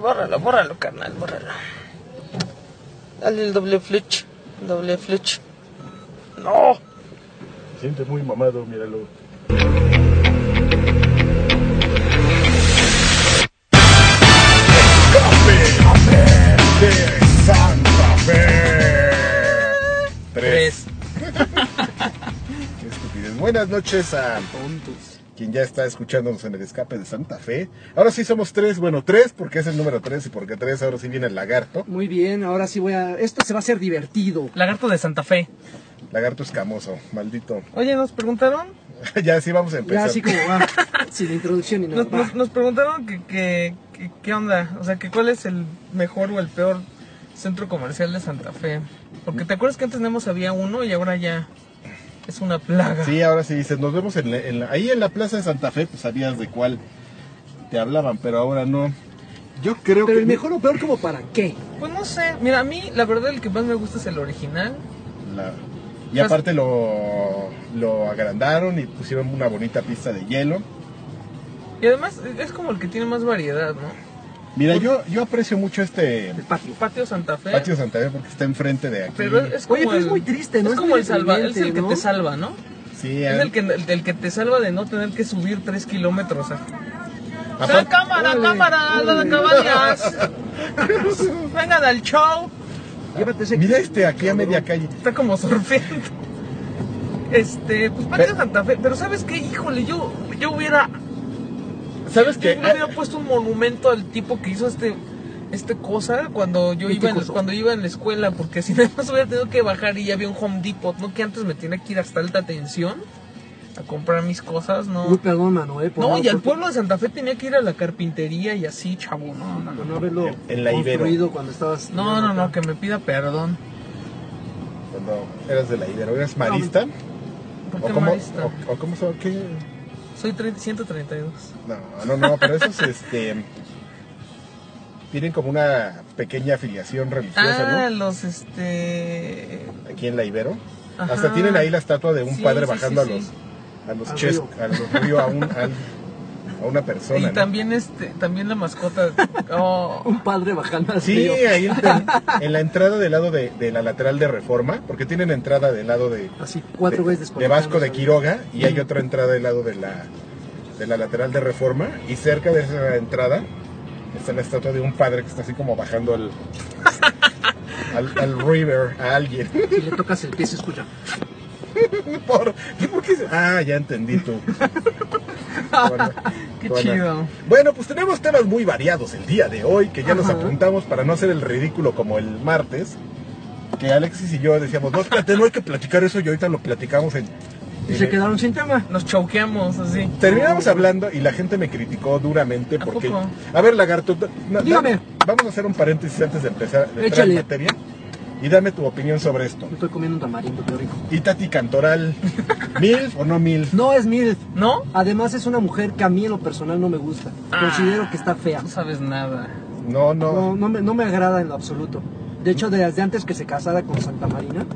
Bórralo, bórralo, carnal, bórralo. Dale el doble flitch. Doble flitch. No. Se siente muy mamado, míralo. de Santa Fe. Tres. Qué estupidez. Buenas noches a quien ya está escuchándonos en el escape de Santa Fe. Ahora sí somos tres, bueno, tres porque es el número tres y porque tres ahora sí viene el lagarto. Muy bien, ahora sí voy a. Esto se va a hacer divertido. Lagarto de Santa Fe. Lagarto escamoso, maldito. Oye, nos preguntaron. ya sí vamos a Ya empezar. así como va, sin introducción y nada. Nos, va. nos- nos preguntaron que, que- que- qué onda, o sea, que cuál es el mejor o el peor centro comercial de Santa Fe. Porque te acuerdas que antes tenemos había uno y ahora ya es una plaga. Sí, ahora sí dices, nos vemos en la- en la- ahí en la Plaza de Santa Fe, pues sabías de cuál te hablaban, pero ahora no. Yo creo Pero que el mejor o peor, como para qué? Pues no sé, mira, a mí la verdad el que más me gusta es el original. La- Y Pues- aparte lo, lo agrandaron y pusieron una bonita pista de hielo. Y además es como el que tiene más variedad, ¿no? Mira, Pues- yo, yo aprecio mucho este El patio. Patio Santa Fe. patio Santa Fe porque está enfrente de aquí. Pero es como Oye, pero es el- muy triste, ¿no? Es Es como muy el salva, es el deprimente, que ¿no? te salva, ¿no? Sí, Es a- el que, el, el que te salva de no tener que subir 3 kilómetros. a- aparte- cámara, Órale, cámara, órale. no caballas. Vengan al show. Llévate ese. mira este aquí a media calle. Está como surfeando. Este, pues Patio Santa Fe. Pero ¿sabes qué? Híjole, yo, yo hubiera. ¿Sabes yo qué? Eh, hubiera puesto un monumento al tipo que hizo este. Este cosa cuando yo Este ¿Y qué iba en, cosa? cuando iba en la escuela, porque si nada más hubiera tenido que bajar y ya había un Home Depot, ¿no? Que antes me tenía que ir hasta alta tensión a comprar mis cosas, ¿no? Muy perdón, mano, eh. por No, y al por- pueblo de Santa Fe tenía que ir a la carpintería y así, chavo, no, no, no. por no haberlo En la Ibero. construido cuando estabas. No, no, no, que me pida perdón. Cuando eras de la Ibero, ¿eras marista? ¿Por ¿O qué cómo, marista? o- o cómo son? ¿Qué? Soy 30 132. No, no, no, pero esos este, tienen como una pequeña afiliación religiosa, ¿no? Ah, los este. aquí en la Ibero. Ajá. Hasta tienen ahí la estatua de un Sí, padre sí, bajando sí, sí. a los a los Al ches, río. a los río a, un, al- a una persona. Y ¿no? también este, también la mascota. Oh, Un padre bajando al Sí, río. ahí en, en la entrada del lado de, de la lateral de Reforma, porque tienen entrada del lado de, Así, cuatro de, güeyes después. de Vasco de Quiroga y hay otra entrada del lado de la de la lateral de Reforma y cerca de esa entrada está la estatua de un padre que está así como bajando al al, al river a alguien. Si le tocas el pie, se escucha. ¿Por, ¿qué, por qué se- Ah, ya entendí tú. Bueno, qué bueno. chido. Bueno, pues tenemos temas muy variados el día de hoy, que ya nos Ajá. apuntamos para no hacer el ridículo como el martes, que Alexis y yo decíamos, no, espérate, no hay que platicar eso y ahorita lo platicamos en... Y en- se quedaron sin tema. Nos choqueamos así. Terminamos hablando y la gente me criticó duramente ¿A porque... poco? A ver, lagarto, da- na- Dígame. vamos a hacer un paréntesis antes de empezar, de entrar en Échale. materia y dame tu opinión sobre esto. Me estoy comiendo un tamarindo, qué rico. ¿Y Tati Cantoral, mil o no mil? No es MILF. ¿No? Además, es una mujer que a mí en lo personal no me gusta. Ah. Considero que está fea. No sabes nada. No, no. No, no, me, no me agrada en lo absoluto. De hecho, desde antes que se casara con Santa Marina,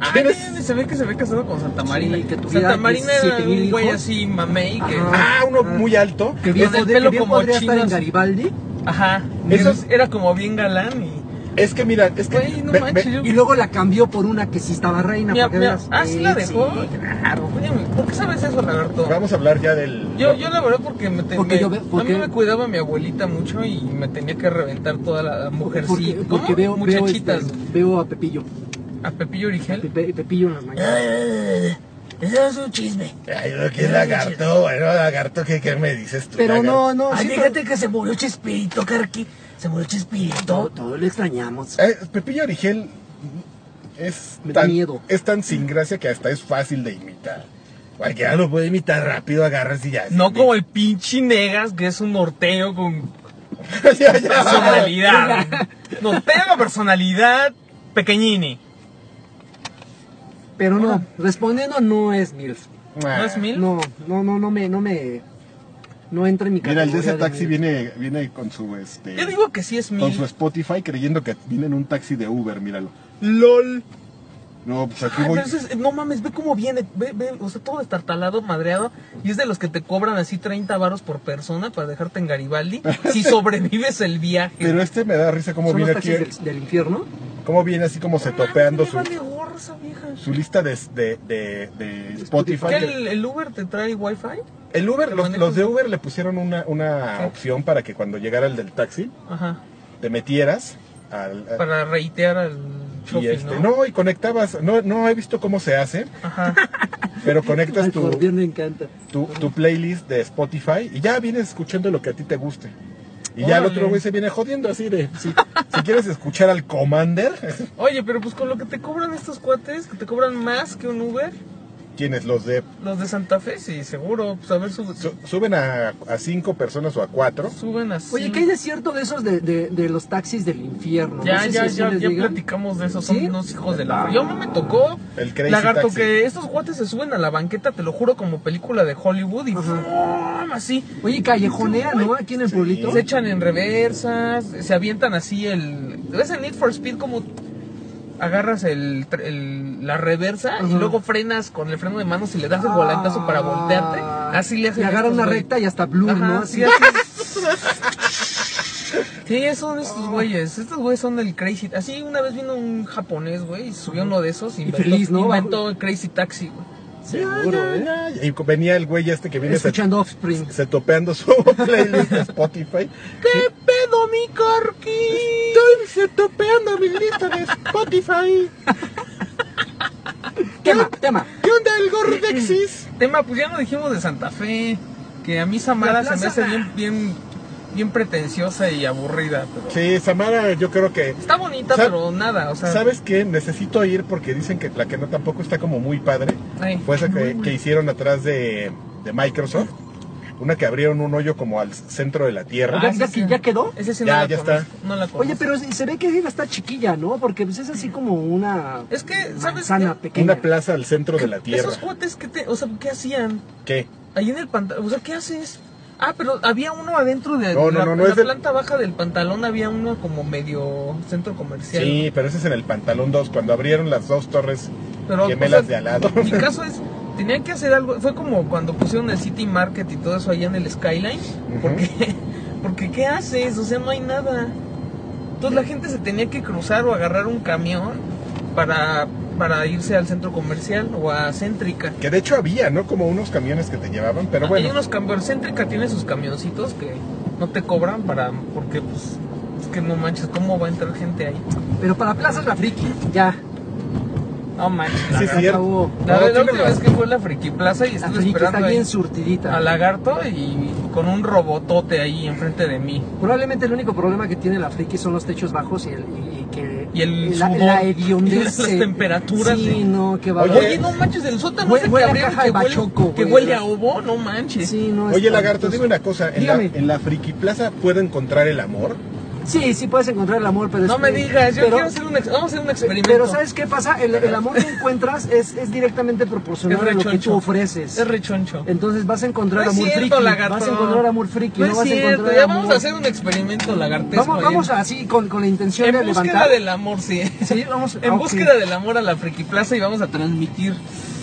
Ay, ¿Quién es? mira, se ve que se ve casado con Santa Marina. Sí, que tuviera Santa Marina era 17,000 un güey hijos. así, mamey, que. Ajá. Ah, uno muy alto. que bien bien, el podría- pelo que bien como podría estar chinos. en Garibaldi, Ajá. Eso- Eso era como bien galán y. Es que mira, es que Güey, no ve- manches, ve- yo- y luego la cambió por una que sí estaba reina. Mira, para que mira, veas. Ah, sí la Eh, dejó. sí. Claro, güey, ¿Por qué sabes eso, lagarto? vamos a hablar ya del Yo, yo la verdad porque me te- Porque me- yo ve- porque- a mí me cuidaba mi abuelita mucho y me tenía que reventar toda la mujer Porque, porque veo, veo, muchachitas este, veo a Pepillo, a Pepillo Origel. Pepe- Pepillo en las mañanas. Ay, Eso es un chisme. Ay, lo que es lagarto, bueno, lagarto, ¿qué, qué me dices tú? Pero lagarto? no, Ah, no, sí, que se murió Chespirito, Carqui. Se murió Chespirito. todo, todo lo extrañamos. Eh, Pepillo Origel es Me da tan, miedo. es tan sin gracia que hasta es fácil de imitar. Cualquiera lo puede imitar rápido, agarras y ya. No como el pinche Negas, que es un norteo con Ya, ya. personalidad. norteo con personalidad, pequeñini. Pero Ah. no, respondiendo, no es MILF. Ah, ¿No es mil? No, no, no, no me, no me, no entra en mi Mira, el de categoría ese taxi MILF. viene, viene con su este. Yo digo que sí es con su mil. Spotify creyendo que viene en un taxi de Uber, míralo. LOL. No, pues aquí Ay, voy. pero eso es- no mames, ve cómo viene, ve, ve, o sea, todo destartalado, madreado, y es de los que te cobran así 30 varos por persona para dejarte en Garibaldi, si sobrevives el viaje. Pero este me da risa cómo Son los viene aquí, taxis del, del infierno. cómo viene así como se No mames, topeando me su, vale gorro esa vieja. su lista de, de, de, de Spotify. ¿Qué, el, el Uber te trae wifi? El Uber, Te los, manejas- los de Uber le pusieron una, una Sí. opción para que cuando llegara el del taxi, Ajá, te metieras al... a- para reitear al y shopping, este, ¿no? ¿no? y conectabas, no, no he visto cómo se hace, Ajá. pero conectas Al tu, Cordier me encanta. tu, tu playlist de Spotify y ya vienes escuchando lo que a ti te guste. Y ya el Órale. otro güey se viene jodiendo así de, si, si quieres escuchar al Commander, Oye, pero pues con lo que te cobran estos cuates, que te cobran más que un Uber, quienes los de... los de Santa Fe, sí, seguro, pues a ver, sub- su- suben a, a cinco personas o a cuatro. suben así. Oye, ¿qué hay de cierto de esos de, de, de los taxis del infierno? No Ya, sé ya, si ya, les ya digan. platicamos de eso, son ¿Sí? unos hijos de la... Yo a mí me tocó, Ah. El Crazy lagarto, Taxi. que estos guates se suben a la banqueta, te lo juro, como película de Hollywood, y ¡fum! así, Oye, callejonea, ¿no? Aquí en el pueblito. se echan en reversas, se avientan así el... ¿Ves el Need for Speed como agarras el, tr- el- la reversa y Ajá. luego frenas con el freno de manos y le das el volantazo para voltearte? Así le hacen... Y Ah. agarra estos una güey. recta y hasta blur, Ajá, ¿no? sí, Así. así. Sí, son Ah. estos güeyes. Estos güeyes son el Crazy. Así una vez vino un japonés, güey, y subió uno de esos y inventó, feliz, ¿no? inventó el Crazy Taxi, güey. Seguro, ¿eh? Ya, ya, ya. Y venía el güey este que viene se, Escuchando Offspring. se topeando su playlist de Spotify. ¿Qué pedo, mi carqui? Estoy se topeando mi lista de Spotify. Tema, tema. ¿Qué onda el Gordexis? Tema, pues ya no dijimos de Santa Fe. Que a mí Samara La se me plaza- hace bien, bien, bien pretenciosa y aburrida. Pero... Sí, Samara, yo creo que. Está bonita, Sa- pero nada, o sea. ¿Sabes qué? Necesito ir porque dicen que la que no tampoco está como muy padre. ay, Fue esa no, que, güey. que hicieron atrás de, de Microsoft. Una que abrieron un hoyo como al centro de la ¿Ya, tierra. sí, ya- Ah, sí. ya quedó? Esa sí Ya, no la ya conozco, está. No la Oye, conozco. pero se se ve que ella está chiquilla, ¿no? Porque pues, es así como una Es que, ¿sabes manzana qué? pequeña. Una plaza al centro de la tierra. Esos cuates que te. O sea, ¿qué hacían? ¿Qué? Ahí en el pantalón, o sea, ¿qué haces? Ah, pero había uno adentro de No, no, la, no, no en es la del- planta baja del pantalón, había uno como medio centro comercial. Sí, pero ese es en el Pantalón 2, cuando abrieron las dos torres pero, gemelas o sea, de al lado. Mi caso es, tenían que hacer algo, fue como cuando pusieron el City Market y todo eso allá en el Skyline, Ujú. porque, porque ¿qué haces? O sea, no hay nada. Entonces la gente se tenía que cruzar o agarrar un camión para, para irse al centro comercial o a Céntrica. Que de hecho había, ¿no? Como unos camiones que te llevaban, pero Ah, Hay bueno. unos camiones, Céntrica tiene sus camioncitos que no te cobran para, porque pues, es que no manches, ¿cómo va a entrar gente ahí? Pero para plazas la friki, ya. No manches. Sí, Se lagarto. sí. cierto. acabó. La, No, la tiene última razón. vez que fue a la Friki Plaza y La estuve friki esperando está ahí bien surtidita. a Lagarto y con un robotote ahí enfrente de mí. Probablemente el único problema que tiene la friki son los techos bajos y, el, y, y que Y el la, sudor. la Y hediondez. las se- temperaturas, Sí, ¿eh? no, qué va. Oye, Oye, no manches, el sótano Hue- ese que huele a abrieron caja que de huele, bachoco, que güey. huele a ovo, no manches. sí, no. Oye, espantoso. lagarto, dime una cosa. ¿En la, Dígame. en la Friki Plaza puedo encontrar el amor? Sí, sí puedes encontrar el amor, pero es No me que- digas, yo Este, pero- quiero hacer un, ex- vamos a hacer un experimento. Pero ¿sabes qué pasa? El, el amor que encuentras es, es directamente es proporcional a lo que tú rechoncho. ofreces. Es rechoncho. Entonces vas a encontrar No es amor cierto, friki. lagarto. Vas a encontrar amor friki. No, No, es vas a cierto, encontrar ya amor. vamos a hacer un experimento lagartesco. Vamos, ahí vamos en- así con, con la intención En de búsqueda levantar. del amor, sí. Sí, vamos. En búsqueda del amor a la Friki Plaza y vamos a transmitir.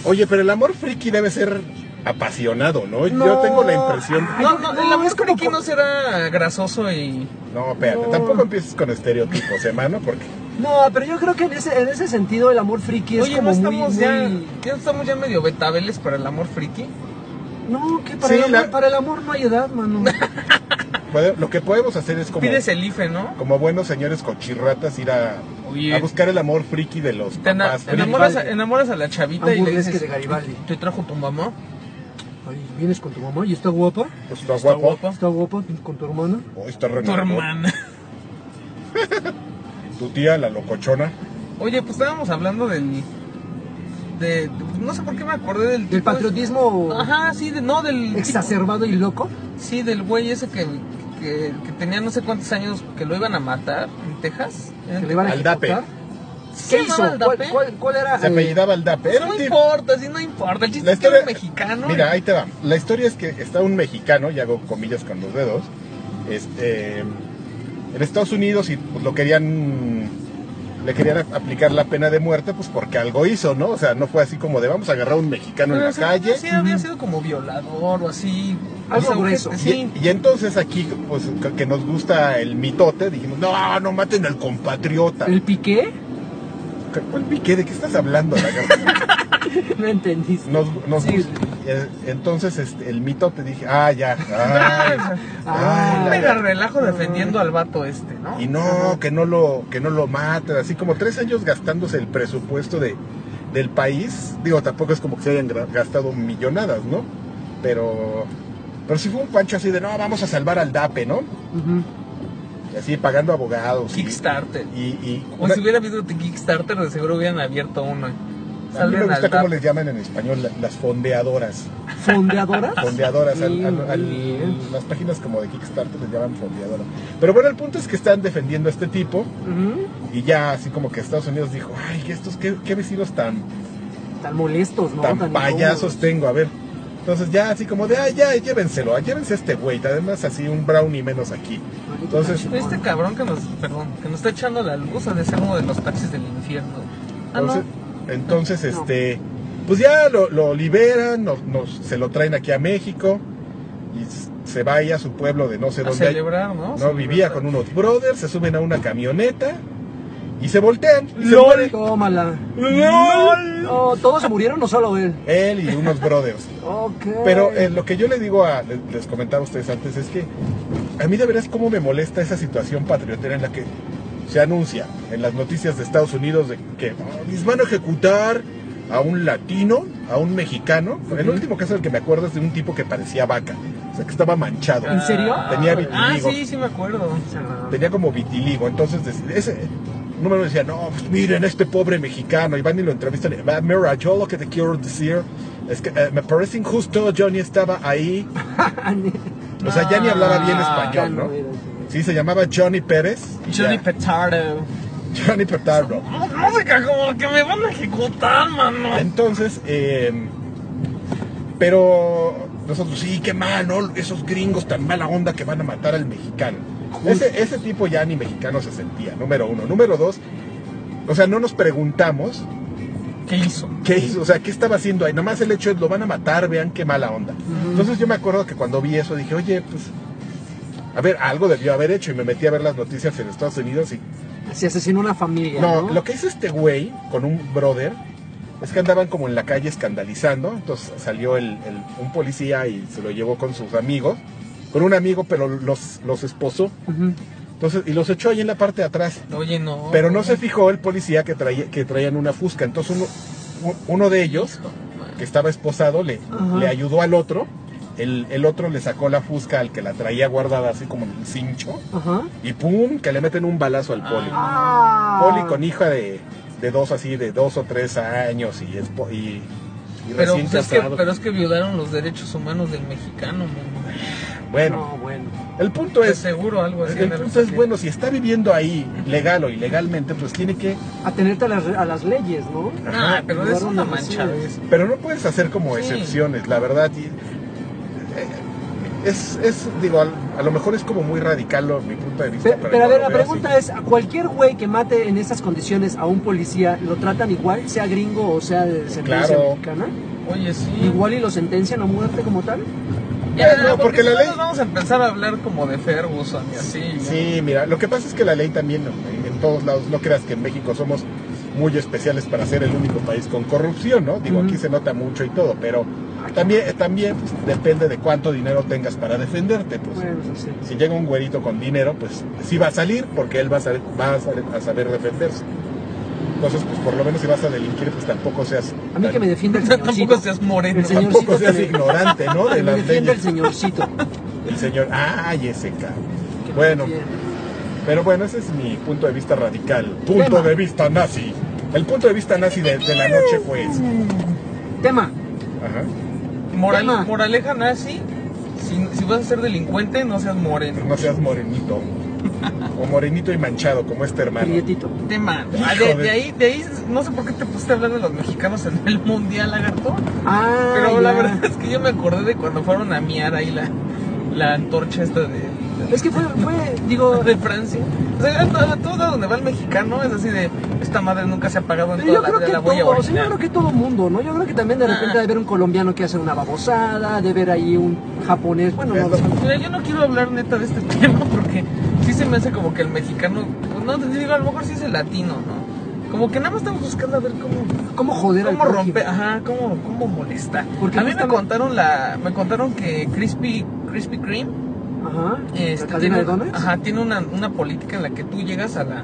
Oye, pero el amor friki debe ser apasionado, ¿no? Yo No. tengo la impresión. Ay, No, no, no, el amor es como friki por- no será grasoso y... No, espérate, No. tampoco empieces con estereotipos, hermano, porque No, pero yo creo que en ese, en ese sentido el amor friki es Oye, como no estamos muy, ya... muy- ya estamos ya medio betabeles para el amor friki. No, que para, Sí, el amor, la- para el amor no hay edad, mano. puede- lo que podemos hacer es como, Pides el IFE, ¿no? como buenos señores cochirratas ir a, Oye. a buscar el amor friki de los Te ena- papás. friki. enamoras, a, enamoras a la chavita y le Hamburguesas dices... de Garibaldi. Te trajo tu mamá. Ay, ¿Vienes con tu mamá y está guapa? Pues está Está guapo. guapa. ¿Está guapa? ¿Con tu hermana? Oh, está re Tu narco. hermana. Tu tía, la locochona. Oye, pues estábamos hablando del... De, no sé por qué me acordé del... ¿Del tipo ese- patriotismo Ajá, sí, de- no, del... tipo- exacerbado y loco? Sí, del güey ese que, que, que tenía no sé cuántos años que lo iban a matar en Texas. Que le van a Al Dape. ejecutar. ¿Se ¿Qué llamaba hizo? el ¿Cuál, Dape? cuál- cuál era? Se eh, apellidaba el DAP. Era No un tipo- importa, sí, no importa. El chiste La es que era historia, un mexicano. Mira, y- ahí te va. La historia es que está un mexicano, y hago comillas con los dedos, este, en Estados Unidos y pues, lo querían le querían a- aplicar la pena de muerte, pues porque algo hizo, ¿no? O sea, no fue así como de vamos a agarrar a un mexicano en la Pero según yo calle. Sí, había sido como violador o así. Algo Esa grueso. ojete, Y, Sí. y entonces aquí, pues que- que nos gusta el mitote, dijimos, no, no maten al compatriota. ¿El piqué? ¿Cuál piqué? ¿De qué estás hablando? lagarto? No entendiste. Nos, nos Sí. gusta. Eh, Entonces este, el mitote dije, ah, ya. ay, Ah, ay, Un mega lagarto. relajo defendiendo al vato este, ¿no? Y no, que no lo, que no lo maten, así como tres años gastándose el presupuesto de, del país. Digo, tampoco es como que se hayan gra- gastado millonadas, ¿no? Pero, pero sí fue un pancho así de, no, vamos a salvar al DAPE, ¿no? Ujú. Y así pagando abogados. y- Kickstarter. Y, y O si hubiera habido Kickstarter, de seguro hubieran abierto uno. a mí me Salven al gusta cómo DAP. les llaman en español la- las fondeadoras. ¿Fondeadoras? Fondeadoras, al- al- Sí, al- muy bien. las páginas como de Kickstarter les llaman fondeadoras. Pero bueno, el punto es que están defendiendo a este tipo Ujú. y ya así como que Estados Unidos dijo, ay, estos qué, qué vecinos tan Tan molestos, ¿no? tan payasos incómodos. tengo, a ver. Entonces ya así como de, ah, ya, llévenselo, ah, llévense a este güey, además así un brownie menos aquí. Maldito Entonces- cachimbo. Este cabrón que nos, perdón, que nos está echando la luz ha de ser uno de los taxis del infierno. Ah, no. Entonces, entonces No. este, pues ya lo, lo liberan, nos, nos- se lo traen aquí a México y s- se va ahí a su pueblo de no sé A dónde. celebrar, ¿no? No, vivía con unos brothers, se suben a una camioneta y se voltean. y se ¡Lol! mueren. Tómala. ¡Lol! No, ¿Todos se murieron o solo él? Él y unos brothers. Ok. Pero eh, lo que yo le digo a, les, les comentaba a ustedes antes es que a mí de veras cómo me molesta esa situación patriotera en la que se anuncia en las noticias de Estados Unidos de que "Oh, les van a ejecutar a un latino, a un mexicano. El último caso del que me acuerdo es de un tipo que parecía vaca, o sea que estaba manchado. ¿En serio? Tenía Ah, vitiligo. sí, sí me acuerdo. Tenía como vitiligo, entonces des- ese número decía, no, pues miren, este pobre mexicano, y van y lo entrevistan, y, "Ah, mira, yo lo que te quiero decir es que eh, me parece injusto, yo ni estaba ahí, o sea, ya ni hablaba bien Ah, Ya español, no ¿no? era ese. Sí, se llamaba Johnny Pérez. y Johnny ya. Petardo. Johnny Petardo. No, Ah, música como que me van a ejecutar, mano. Entonces, eh, pero nosotros, sí, qué mal, ¿no? Esos gringos tan mala onda que van a matar al mexicano. Ese, ese tipo ya ni mexicano se sentía, número uno. Número dos, o sea, no nos preguntamos ¿Qué hizo? ¿Qué hizo? O sea, ¿qué estaba haciendo ahí? Nomás el hecho es, lo van a matar, vean qué mala onda. Entonces yo me acuerdo que cuando vi eso dije, oye, pues, a ver, algo debió haber hecho y me metí a ver las noticias en Estados Unidos y... Se asesinó una familia. No, No, lo que hizo este güey con un brother es que andaban como en la calle escandalizando, entonces salió el, el- un policía y se lo llevó con sus amigos, con un amigo, pero los, los esposó, Ujú. entonces, y los echó ahí en la parte de atrás. Oye, no. Pero no se fijó el policía que, traía, que traían una fusca. Entonces uno, u- uno de ellos, que estaba esposado, le, Ajá. le ayudó al otro. El, el otro le sacó la fusca al que la traía guardada así como en el cincho. Ajá. Y ¡pum! que le meten un balazo al poli. Ah. Poli con hija de, de dos así, de dos o tres años y, espo- y, y Pero, recién pues, es que, casado. pero es que violaron los derechos humanos del mexicano, mano. Bueno, No, bueno. el punto De es... seguro algo así. El debe punto es, ser. Pues, bueno, si está viviendo ahí legal o ilegalmente, pues tiene que Atenerte a las, re- a las leyes, ¿no? Ah, pero es Guardan una las mancha. leyes. Pero no puedes hacer como Sí. excepciones, la verdad. y, eh, es, es, digo, al- a, lo mejor es como muy radical lo- mi punto de vista. Pe- Pero, a yo ver, lo la veo pregunta así. es, ¿a cualquier güey que mate en esas condiciones a un policía lo tratan igual, sea gringo o sea de sentencia Claro. mexicana? Oye, sí. ¿Igual y lo sentencian a muerte como tal? Ya, Bueno, porque, porque si la no ley- nos vamos a empezar a hablar como de Ferguson y así. ¿no? Sí, mira, lo que pasa es que la ley también, en- en todos lados, no creas que en México somos muy especiales para ser el único país con corrupción, ¿no? Digo, Ujú. aquí se nota mucho y todo, pero también, también pues, depende de cuánto dinero tengas para defenderte, pues. Bueno, sí, sí. si llega un güerito con dinero, pues sí va a salir porque él va a saber, va a saber, a saber defenderse. Entonces, pues por lo menos si vas a delinquir, pues tampoco seas... A mí que me defienda el señorcito. Tampoco seas moreno. El señor- Tampoco señorcito seas que me- ignorante, ¿no? Que De me las defienda el leyes. señorcito. El señor... ¡Ay, ese cabrón! Que me Bueno, defienda. pero bueno, ese es mi punto de vista radical. Punto Tema. de vista nazi. El punto de vista nazi de, de la noche fue ese. Tema. Ajá. Moral- Tema. moraleja nazi. Si, si vas a ser delincuente, no seas moreno. No seas morenito. O morenito y manchado, como este hermano. Prietito. Tema. Hijo Ah, de, de- de ahí, de ahí, no sé por qué te pusiste a hablar de los mexicanos en el mundial, lagarto. Ah, Pero la ya. verdad es que yo me acordé de cuando fueron a miar ahí la, la antorcha esta de Es que fue, fue digo, de Francia. O sea, a to- a todo donde va el mexicano es así de, esta madre nunca se ha pagado en Pero yo toda la creo vida, que la voy a todo, o sea, yo orinar. creo que todo mundo, ¿no? Yo creo que también de repente de ver un colombiano que hace una babosada, de ver ahí un japonés, bueno, no, Eso. Mira, yo no quiero hablar neta de este tema porque sí se me hace como que el mexicano, pues, no te digo, a lo mejor sí es el latino, ¿no? Como que nada más estamos buscando a ver cómo, ¿cómo joder al cómo prójimo? romper, ajá, cómo, cómo molestar. Porque a mí me justamente- contaron la, me contaron que Crispy, Krispy Kreme Ajá, Este, la cadena de tiene- donuts. Ajá, tiene una, una política en la que tú llegas a la,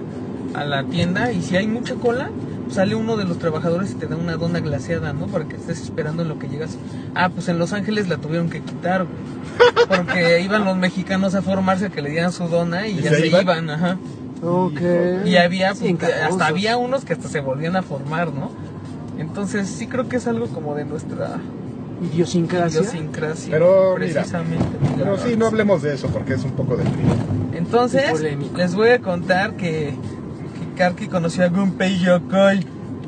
a la tienda y si hay mucha cola, sale uno de los trabajadores y te da una dona glaseada, ¿no? Para que estés esperando en lo que llegas. Ah, pues en Los Ángeles la tuvieron que quitar, güey. Porque iban los mexicanos a formarse a que le dieran su dona y, ¿Y ya se se iban? iban, ajá. Ok. Híjole. Y había, Ah, Sí, pues, encajosos. hasta había unos que hasta se volvían a formar, ¿no? Entonces sí creo que es algo como de nuestra Idiosincrasia. idiosincrasia. Pero mira, precisamente. Pero sí, no hablemos de eso porque es un poco deprimente. Entonces, Y polémico. les voy a contar que, que Karki conoció a Gunpei Yokoi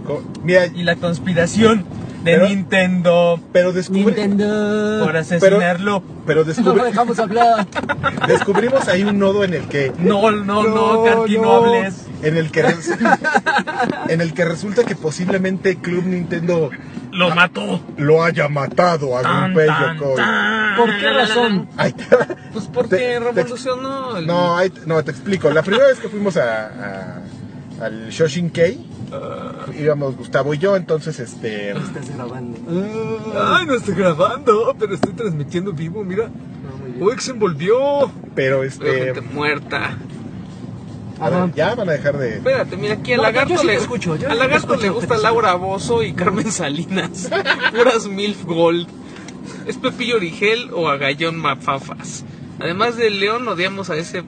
Co- Mira, y la conspiración de Pero- Nintendo pero descubrí- Nintendo. por asesinarlo. Pero No lo descubrí- dejamos hablar. descubrimos ahí un nodo en el que No, no, no, No, Karki, no, no. hables. en el que res- en el que resulta que posiblemente Club Nintendo Lo mató. lo haya matado a Tan, Gunpei tan, Yokoi. tan. ¿Por qué razón? Ahí te- Pues porque Te- te- revolucionó el... No, ahí te- no, te explico. La primera vez que fuimos a, a- al Shoshinkei Ah. íbamos Gustavo y yo, entonces este Estás grabando. Ay, no estoy grabando, pero estoy transmitiendo vivo, mira. No, muy bien. Uy, que se envolvió. pero Veo este gente muerta. a ver, ya van a dejar de Espérate, mira, aquí al No, yo- lagarto yo sí te le, escucho, yo al sí te lagarto escucho, le te gusta escucho. Laura Bozo y Carmen Salinas. Puras MILF Gold. Es Pepillo Origel o a Gallón Mafafas. Además del león, odiamos a ese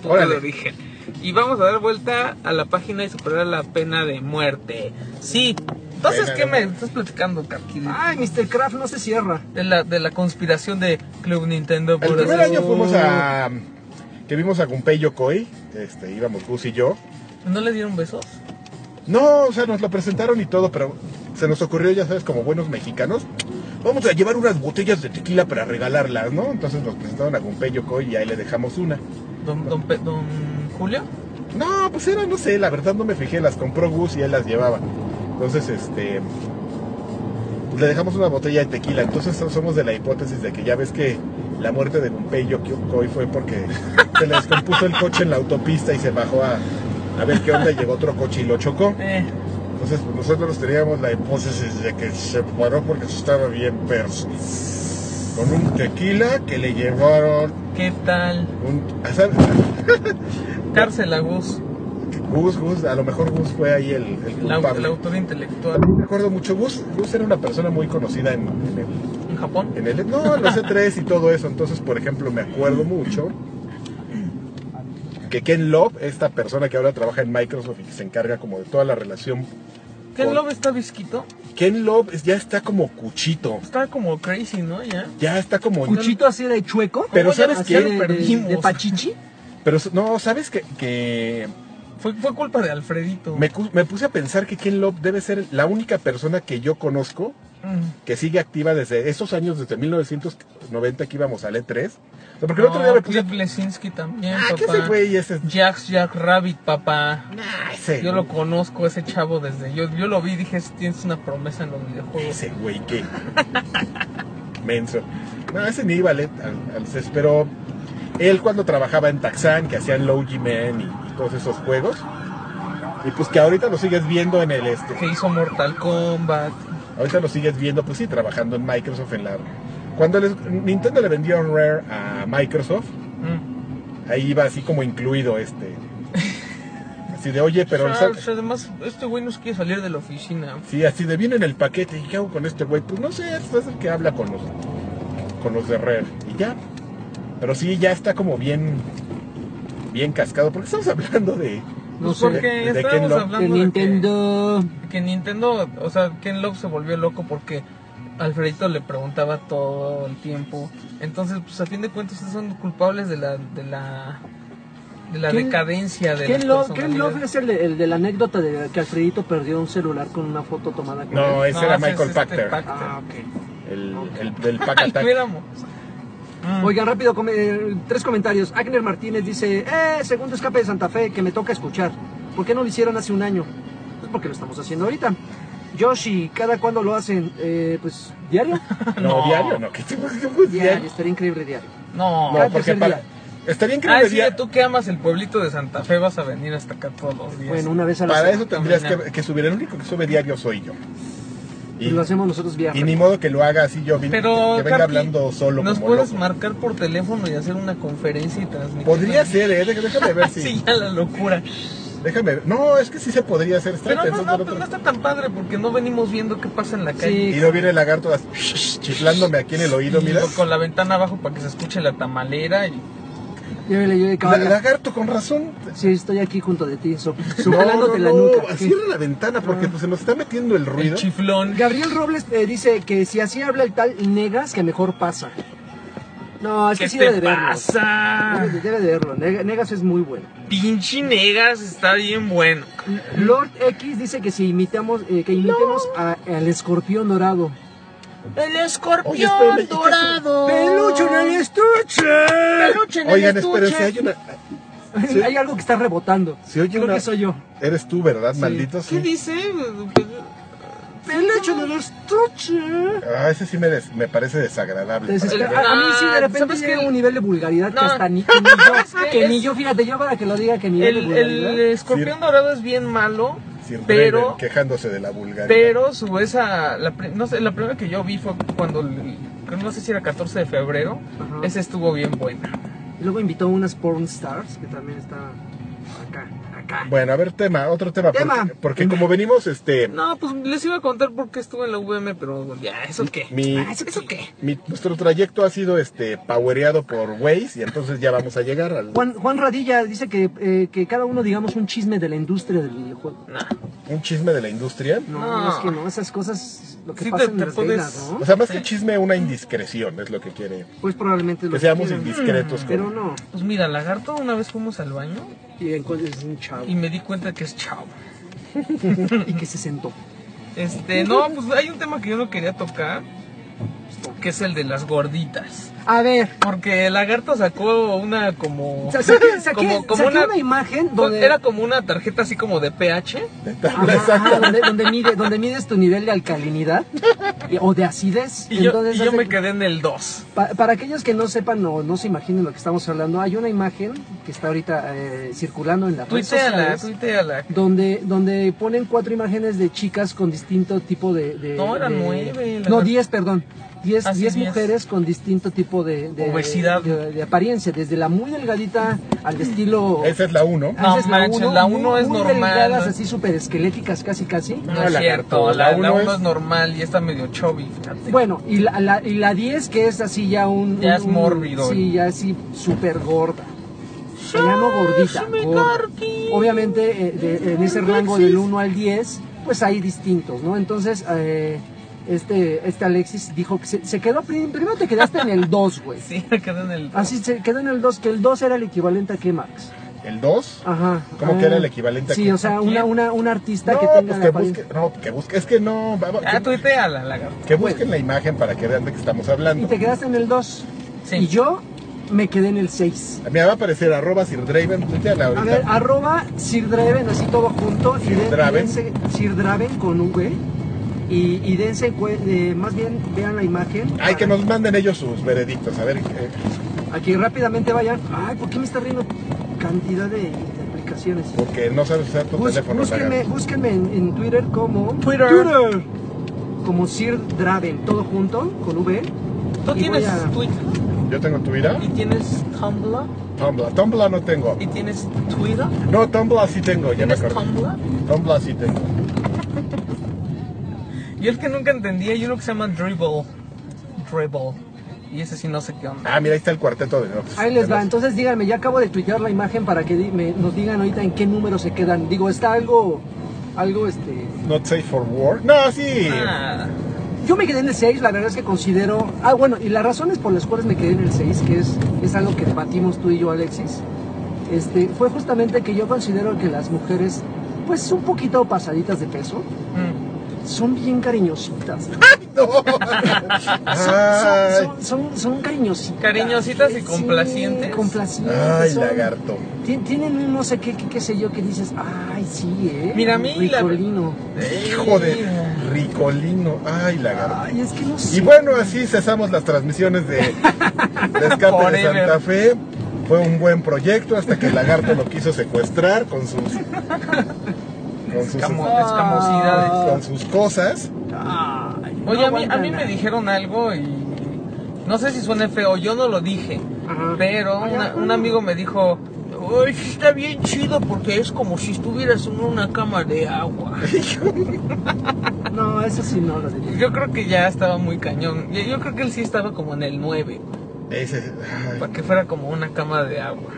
puto Órale. de origen. Y vamos a dar vuelta a la página y superar la pena de muerte. Sí. Entonces, Pena ¿qué de me muerte. estás platicando, Carqui? Ay, Mr. Kraft no se cierra. De la, de la conspiración de Club Nintendo. El por primer hacer- año fuimos a que vimos a Gunpei Yokoi, este íbamos Gus y yo. ¿No le dieron besos? No, o sea, nos lo presentaron y todo, pero se nos ocurrió, ya sabes, como buenos mexicanos, vamos a llevar unas botellas de tequila para regalarlas, ¿no? Entonces nos presentaron a Gunpei Yokoi y ahí le dejamos una. ¿Don, don, Pe- don Julio? No, pues era, no sé, la verdad no me fijé, las compró Gus y él las llevaba. Entonces, este, pues le dejamos una botella de tequila. Entonces so- somos de la hipótesis de que ya ves que la muerte de Gunpei Yokoi fue porque se le descompuso el coche en la autopista y se bajó a, a ver qué onda y llegó otro coche y lo chocó. Eh, Entonces pues, nosotros teníamos la hipótesis de que se paró porque se estaba bien perso. Con un tequila que le llevaron ¿qué tal? un... ¿sabes? Cárcel a Gus. Gus, Gus, a lo mejor Gus fue ahí el, el El, au- el culpable. autor intelectual También me acuerdo mucho, Gus, Gus era una persona muy conocida en, en el, en Japón. en el- no, en los E3 y todo eso. Entonces, por ejemplo, me acuerdo mucho que Ken Love, esta persona que ahora trabaja en Microsoft y que se encarga como de toda la relación, Ken Por- Love está visquito. Ken Love es- ya está como cuchito, Está como crazy, ¿no? Ya. ya está como... Cuchito así de chueco. Pero ¿sabes así qué? de- de, Perdimos. de pachichi. Pero no, ¿sabes que, que Fue, fue culpa de Alfredito. me, cu- me puse a pensar que Ken Love debe ser la única persona que yo conozco Mm. que sigue activa desde esos años, desde 1990 que íbamos al E3. O sea, porque el otro día me puse... Cliff Lesinski también, Ah, ¿qué papá. ese güey ese? Jax Jack Rabbit, papá. Nah, ese, Yo lo conozco, ese chavo, desde. Yo, yo lo vi y dije: Tienes una promesa en los videojuegos. Ese güey, ¿qué? Menso. No, ese ni iba al, E- al- al CES, pero él cuando trabajaba en Taxan, que hacían Logi Man y, y todos esos juegos, y pues que ahorita lo sigues viendo en el este, Que hizo Mortal Kombat. ahorita lo sigues viendo, pues sí, trabajando en Microsoft en la... Cuando les- Nintendo le vendió Rare a Microsoft, Mm. ahí iba así como incluido este. Así de, oye, pero... O sea, sal- o sea, además, este güey nos quiere salir de la oficina. Sí, así de viene en el paquete. ¿Y qué hago con este güey? Pues no sé, este es el que habla con los, con los de Rare. Y ya. Pero sí, ya está como bien, bien cascado. Porque estamos hablando de. No Pues sé. porque ¿De- de Ken estábamos Love? hablando De que- Nintendo. que Nintendo, o sea, Ken Love se volvió loco porque Alfredito le preguntaba todo el tiempo. Entonces, pues a fin de cuentas ustedes son culpables de la de la de la Ken- decadencia de Ken la Love, Ken personalidad. Love es el, de- el de la anécdota de que Alfredito perdió un celular con una foto tomada con No, él. ese era ese es Michael Ah, este Pachter. Pachter. Ah, ok. el, el del Pack Ay, Attack. viéramos. Mm. Oigan, rápido, come- eh, tres comentarios. Agner Martínez dice, eh, segundo escape de Santa Fe, que me toca escuchar. ¿Por qué no lo hicieron hace un año? Pues porque lo estamos haciendo ahorita. Yoshi, ¿cada cuándo lo hacen? Eh, pues, ¿diario? No, No. diario, no. ¿Qué te pasa? ¿Cómo es diario, pues, diario? estaría increíble diario. No. No, cada porque tercer para... día. Estaría Ah, increíble sí, día- tú que amas el pueblito de Santa Fe vas a venir hasta acá todos los días. Bueno, una vez a la Para semana. eso tendrías caminar. que, que subir. El único que sube diario soy yo. Pues Y lo hacemos nosotros y viernes. ni modo que lo haga así yo, vi- Pero que venga Capi, hablando solo Nos como puedes loco. marcar por teléfono y hacer una conferencia y transmitir. Ah, Podría ser, eh, dé- déjame ver si... Sí, ya la locura. Déjame ver. No, es que sí se podría hacer. Estoy Pero no, pensando no, en pues otro- no está tan padre porque no venimos viendo qué pasa en la calle. Sí. Y no viene el lagarto así, chiflándome aquí en el oído, Y mira. con la ventana abajo para que se escuche la tamalera y Llévele yo de La- caballo. lagarto, con razón. Sí, estoy aquí junto de ti, so- No, no, soplándote la no, nuca. ¿Qué? cierra la ventana porque pues, se nos está metiendo el Ah. el ruido. chiflón. Gabriel Robles eh, dice que si así habla el tal Negas, que mejor pasa. No, es que ¿Qué sí te debe de verlo. pasa? Debe de- debe de verlo. Neg- Negas es muy bueno. Pinche negas está bien bueno. L- Lord X dice que si imitamos, eh, que imitemos a- al escorpión dorado. El Oye, escorpión espérame, ¿y qué dorado. ¡Peluche en el estuche! Peluche en el Oigan, esperen, estuche. si hay una... Sí. Hay algo que está rebotando. Si oye Creo una- que soy yo. Eres tú, ¿verdad, maldito? ¿Qué Sí. dice? ¡Peluche en el estuche! Ah, ese sí me, des- me parece desagradable. Entonces, El- a, a mí sí de repente ¿sabes qué? llega un nivel de vulgaridad No. que hasta ni, que ni yo, ¿Sabes que qué? ni yo, fíjate, yo para que lo diga que ni nivel de El, vulgaridad. el escorpión Sí. dorado es bien malo, Sir Ah, pero... Raven quejándose de la vulgaridad. Pero su esa, la, pri- no sé, la primera que yo vi fue cuando, el- creo, no sé si era 14 de febrero, Ajá. esa estuvo bien buena. Y luego invitó a unas porn stars que también está acá, acá. Bueno, a ver, tema, otro tema. porque- Tema. Porque, como venimos, este... No, pues les iba a contar por qué estuve en la VM, pero ya, ¿eso qué? Mi- Ah, ¿eso, eso qué? mi- nuestro trayecto ha sido este powereado por Waze y entonces ya vamos a llegar al Juan, Juan Radilla dice que, eh, que cada uno digamos un chisme de la industria del videojuego. Nah. un chisme de la industria. No, No. es que no, esas cosas, lo que Sí pasa te- en te Las pones- Vegas, ¿no? O sea, más que chisme, una indiscreción es lo que quiere. Pues probablemente lo Que seamos quieran. indiscretos. con- Pero no, Pues mira, lagarto, una vez fuimos al baño y encuentras un chavo y me di cuenta que es chavo. y que se sentó. Este, no, pues hay un tema que yo no quería tocar, que es el de las gorditas. A ver, Porque el lagarto sacó una como... sa- saqué, saqué- saqué una, imagen donde... Era como una tarjeta así como de pH. de Ajá, tabla, ajá, exacto. donde, donde mide- donde mides tu nivel de alcalinidad y- o de acidez. Y yo, Entonces y yo hace- me quedé en el 2. Pa- para aquellos que no sepan o no se imaginen lo que estamos hablando, hay una imagen que está ahorita eh, circulando en las redes Tuiteala, sociales tuiteala. donde, donde ponen cuatro imágenes de chicas con distinto tipo de... de- No, eran de- nueve, la No, verdad. diez, perdón. Diez, Ah, sí, diez diez. mujeres con distinto tipo de... de- Obesidad. De, de apariencia, desde la muy delgadita al estilo... Esa es la uno. Ah, esa es No manches, uno, la muy- uno es muy normal, delgadas, ¿no? así súper esqueléticas casi casi. No, No, es la cierto, cartó, la, la la uno uno es- es normal y está medio chubby. fíjate. Bueno, y la, la- y la 10 que es así ya un... Ya es un- un- mórbido. Sí, ya así súper gorda. Se llama gordita. gorda. Obviamente eh, Pues, de- en ese rango del 1 al 10, pues hay distintos, ¿no? Entonces, eh, este, este Alexis dijo que se, se quedó... prim- Primero te quedaste en el 2, güey. Ah, Sí, me quedé en el 2. Así se quedó en el 2, que el 2 era el equivalente a qué, Max. El dos. Ajá. ¿Cómo Ah, que era el equivalente a Sí, qué? o sea, una, una, una artista No, que tenga... pues la que apariencia- busque, no, que busque, es que no, va- va- Ah, que, tuiteala, lagarto. que busquen la imagen para que vean de qué estamos Y hablando. te quedaste en el 2. Sí. Y yo me quedé en el 6. A mí me va a aparecer arroba Sir Draven, tuiteala A ver, ah. ahorita. arroba Sir Draven, así todo junto. y Sir den- Draven. dense- Sir Draven con V. Y, y dense, cue- eh, más bien vean la imagen. Ay, que nos manden ellos sus veredictos, a ver. eh, Aquí rápidamente vayan. Ay, ¿por qué me está riendo cantidad de, de aplicaciones? Porque no sabes usar tu Bus- teléfono. búsquenme lagarto. búsquenme en, en Twitter como. Twitter. Como Sir Draven, todo junto con V. Tú Y voy tienes a- Twitter Yo tengo Twitter, y tienes Tumblr Tumblr. Tumblr no tengo. y tienes Twitter. No, Tumblr sí tengo, ya me ¿Tienes acordé. Tumblr? Tumblr sí tengo. Y el que nunca entendía, hay uno que se llama Dribble. Dribble. Y ese sí no sé qué onda. Ah, mira, ahí está el cuarteto de Nox. Ahí les va, entonces díganme, ya acabo de tuitear la imagen para que di- me- nos digan ahorita en qué número se quedan. Digo, está algo, algo este... Not safe for work. No, sí. Ah, Yo me quedé en el 6, la verdad es que considero... Ah, bueno, y las razones por las cuales me quedé en el 6, que es, es algo que debatimos tú y yo, Alexis, este, fue justamente que yo considero que las mujeres, pues un poquito pasaditas de peso, mm. son bien cariñositas. No. Son, son, son, son cariñositas. Cariñositas y Sí, complacientes. complacientes. Ay, son- lagarto. Tien- Tienen un no sé qué, qué, qué sé yo, que dices, ay, sí, eh. Mira, a mí la- ricolino". Hijo de Ricolino. Ay, lagarto. Ay, es que no sé. Y bueno, así cesamos las transmisiones de, de Escape de Forever. Santa Fe. Fue un buen proyecto hasta que el lagarto lo quiso secuestrar con sus. Con sus, Escamo- escamosidades. con sus cosas. Ay, no Oye, a, mí, a aguantan mí me nada. dijeron algo y no sé si suene feo, yo no lo dije, Ajá. pero Ay, una- ajá. un amigo me dijo, "Ay, sí está bien chido porque es como si estuvieras en una cama de agua. No, eso sí no lo diría. Yo creo que ya estaba muy cañón, yo, yo creo que él sí estaba como en el 9, Ese- ay. para que fuera como una cama de agua.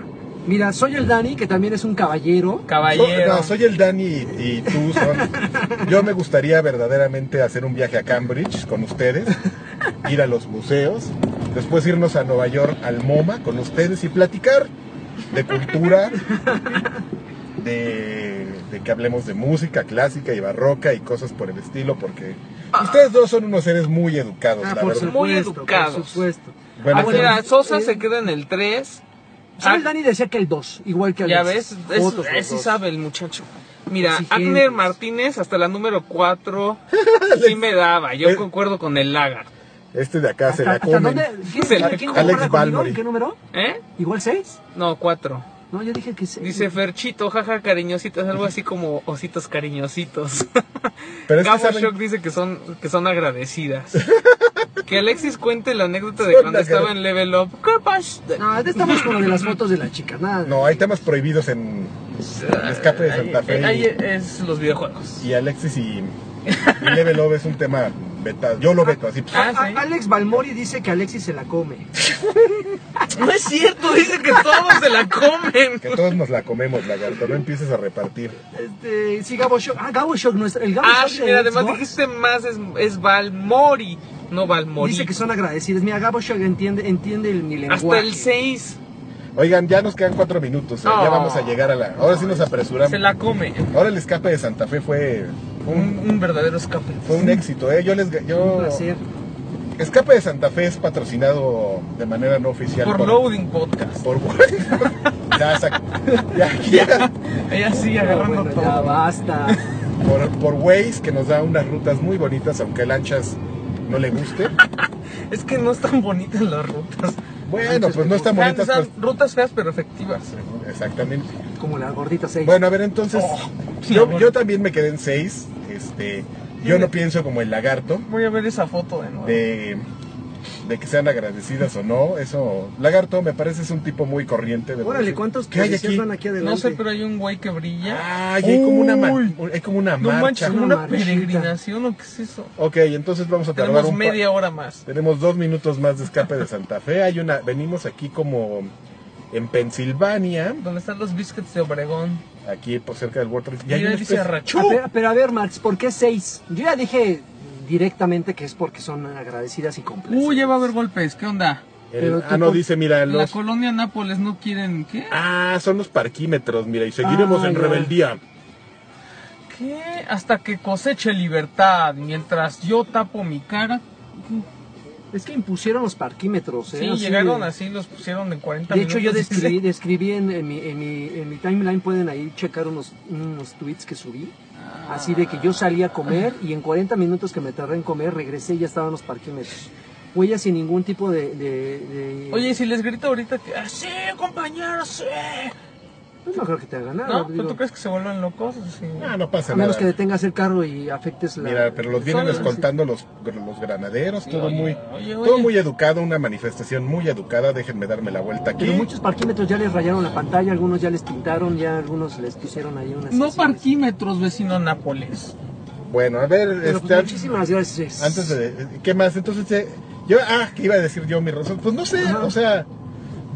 Mira, soy el Dani, que también es un caballero. Caballero. So- no, soy el Dani y, y tú son. Yo me gustaría verdaderamente hacer un viaje a Cambridge con ustedes, ir a los museos, después irnos a Nueva York al MoMA con ustedes y platicar de cultura, de, de que hablemos de música clásica y barroca y cosas por el estilo, porque ustedes dos son unos seres muy educados, Ah, la por verdad. supuesto. Muy educados. Por supuesto. Bueno, Ah, bueno, mira, Sosa eh, se queda en el 3. Soy el Dani decía que el 2, igual que el Ah. Ya Alex. ves, es, Otros los eh, sí dos. sabe el muchacho. Mira, Exigentes. Agner Martínez hasta la número 4 sí me daba. Yo Eh. concuerdo con el lagarto. Este de acá se ¿Hasta, la hasta comen. dónde? ¿Quién, Se la quién come. compara Alex conmigo? Balmori. ¿Qué número? ¿Eh? ¿Igual 6? No, 4. No, yo dije que 6. Dice Ferchito, jaja, cariñositos, algo así como ositos cariñositos. Pero es que Gabo saben- Shock dice que son, que son agradecidas. que Alexis cuente la anécdota de Son cuando estaba en Level Up. ¿Qué pasa? No, este ahorita estamos con lo de las fotos de la chica, nada. No, hay temas prohibidos en, en Escape de Santa Fe. Ahí- ahí es los videojuegos. y Alexis y, y Level Up es un tema vetado. Yo lo veto así. Ah, A- sí. Alex Balmori dice que Alexis se la come. No es cierto, dice que todos se la comen. Que todos nos la comemos, lagarto. No empieces a repartir. Este, sí, Gabo Shock. Ah, Gabo Shock, nuestro, el Gabo Ah, Shock de mira, además Xbox dijiste más, es, es Valmori, no Valmori. dice que son agradecidos. Mira, Gabo Shock entiende, entiende el, mi Hasta lenguaje. el 6 Oigan, ya nos quedan cuatro minutos. eh, Ya Oh. vamos a llegar a la. Ahora sí nos apresuramos. se la come. Ahora el escape de Santa Fe fue Un, un, un verdadero escape. fue un éxito. ¿eh? Yo les. Un Yo... Ah, placer. Escape de Santa Fe es patrocinado de manera no oficial Por Loading Podcast. por- ya, sac- ya, ya. Ella sí agarrando Bueno, ya todo. basta. por, por Waze, que nos da unas rutas muy bonitas, aunque Lanchas no le guste. Es que no están bonitas las rutas. Bueno, pues no están Están, bonitas. pues, rutas feas pero efectivas. Exactamente. Como la gordita 6. Bueno, a ver, entonces, Oh, yo, yo también me quedé en seis. Este, yo no pienso como el lagarto Voy a ver esa foto de nuevo. de, de que sean agradecidas o no. Eso, lagarto, me parece es un tipo muy corriente. De Órale, ¿cuántos ¿Qué hay policías aquí? van aquí adelante? No sé, pero hay un güey que brilla. Ay, hay como una, ma- Uy. hay como una No manches, marcha. como Una Ah, una marchita. peregrinación o qué es eso. Ok, entonces vamos a tardar Tenemos un pa- media hora más. Tenemos dos minutos más de escape de Santa Fe. Hay una, venimos aquí como en Pensilvania, Donde están los biscuits de Obregón. aquí por cerca del Water. Y hay ahí una dice especie- Arrachú. A ver, pero a ver, Max, ¿por qué 6? Yo ya dije directamente que es porque son agradecidas y complacidas. Uy, ya va a haber golpes. ¿Qué onda? el- pero ah, no, tipo- dice, mira, En la los, colonia Nápoles no quieren. ¿Qué? Ah, son los parquímetros, mira, y seguiremos Ah, en ya. rebeldía. ¿Qué? Hasta que coseche libertad. Mientras yo tapo mi cara. Es que impusieron los parquímetros, ¿eh? Sí, Así, llegaron eh, así, los pusieron en 40 De minutos. hecho, yo dice. describí, describí en, en mi, en, mi, en mi timeline, pueden ahí checar unos, unos tweets que subí. Ah. Así de que yo salí a comer y en 40 minutos que me tardé en comer, regresé y ya estaban los parquímetros. Huellas sin ningún tipo de... de- de- Oye, ¿y si les grito ahorita que. ¡Ah, sí, compañero, sí! Pues no creo que te hagan nada. No, digo, ¿pero tú crees que se vuelvan locos? Sí. Ah, no pasa a menos que nada. detengas el carro y afectes la... Mira, pero los vienen Son- descontando los, los granaderos, todo oye, muy oye, todo oye. muy educado, una manifestación muy educada, déjenme darme la vuelta aquí. Pero muchos parquímetros ya les rayaron la pantalla, algunos ya les pintaron, ya algunos les pusieron ahí unas... No sesiones. parquímetros, vecino Nápoles. Bueno, a ver, Pero, este, pues, muchísimas gracias. antes de ¿qué más? Entonces eh, yo ah, que iba a decir yo mi razón, pues no sé, Ajá. o sea,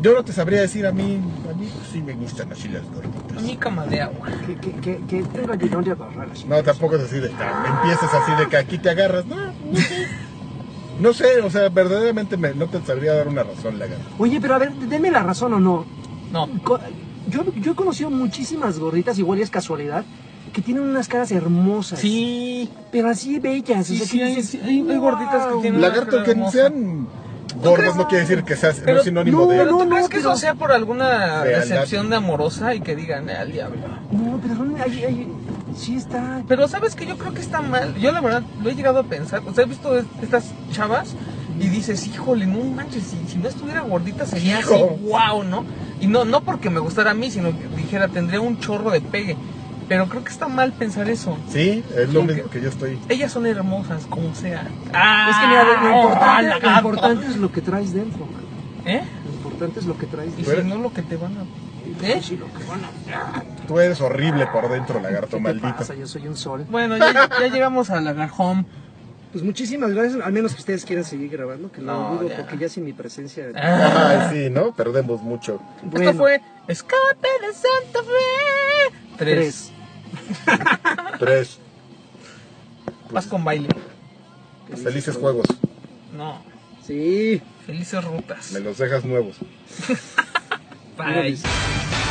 yo no te sabría decir a mí, a mí pues, sí me gustan así las gorditas. A mi cama de agua. Que, que, que, que tenga yo dónde agarrar así. No, tampoco es así de empiezas así de que aquí te agarras. No, no sé. No sé, o sea, verdaderamente me- no te sabría dar una razón, Lagarto. Oye, pero a ver, denme la razón o no. No. Co- Yo, yo he conocido muchísimas gorditas, igual y es casualidad, que tienen unas caras hermosas. Sí, Pero así bellas. sí, o sea, sí, que hay, dices, sí, hay- hay gorditas que "Wow". tienen. una Lagarto, cara que hermosa. sean gordos no quiere decir que seas no es sinónimo no, de. pero ¿tú no, crees que pero- eso sea por alguna Realidad. decepción de amorosa y que digan "Ah, al diablo? No, pero son- ay, ay, sí está. Pero sabes que yo creo que está mal. Yo la verdad lo he llegado a pensar. O sea, he visto es- estas chavas y dices, híjole, no manches, si, si no estuviera gordita sería así, Hijo. wow, ¿no? Y no, no porque me gustara a mí, sino que dijera, tendría un chorro de pegue. Pero creo que está mal pensar eso. Sí, es lo Como mismo que yo estoy. Ellas son hermosas, como sea. Es que mira, lo, lo Ah, importante, lo lagarto. importante es lo que traes dentro. man. ¿Eh? Lo importante es lo que traes Y dentro. Pero- si no lo que te van a... ¿Eh? Sí, lo que- bueno, Tú eres horrible por dentro, lagarto ¿Qué te maldito. pasa? Yo soy un sol. Bueno, ya, ya llegamos a la home. Pues muchísimas gracias. Al menos que ustedes quieran seguir grabando, que no, No, dudo, ya. Ah, porque ya sin mi presencia. Ay, sí, ¿no? Perdemos mucho. Bueno, Esto fue Escape de Santa Fe. Tres. tres. Tres. Vas con baile. Felices juegos. No. Sí. Felices rutas. Me los dejas nuevos. Bye. Mira,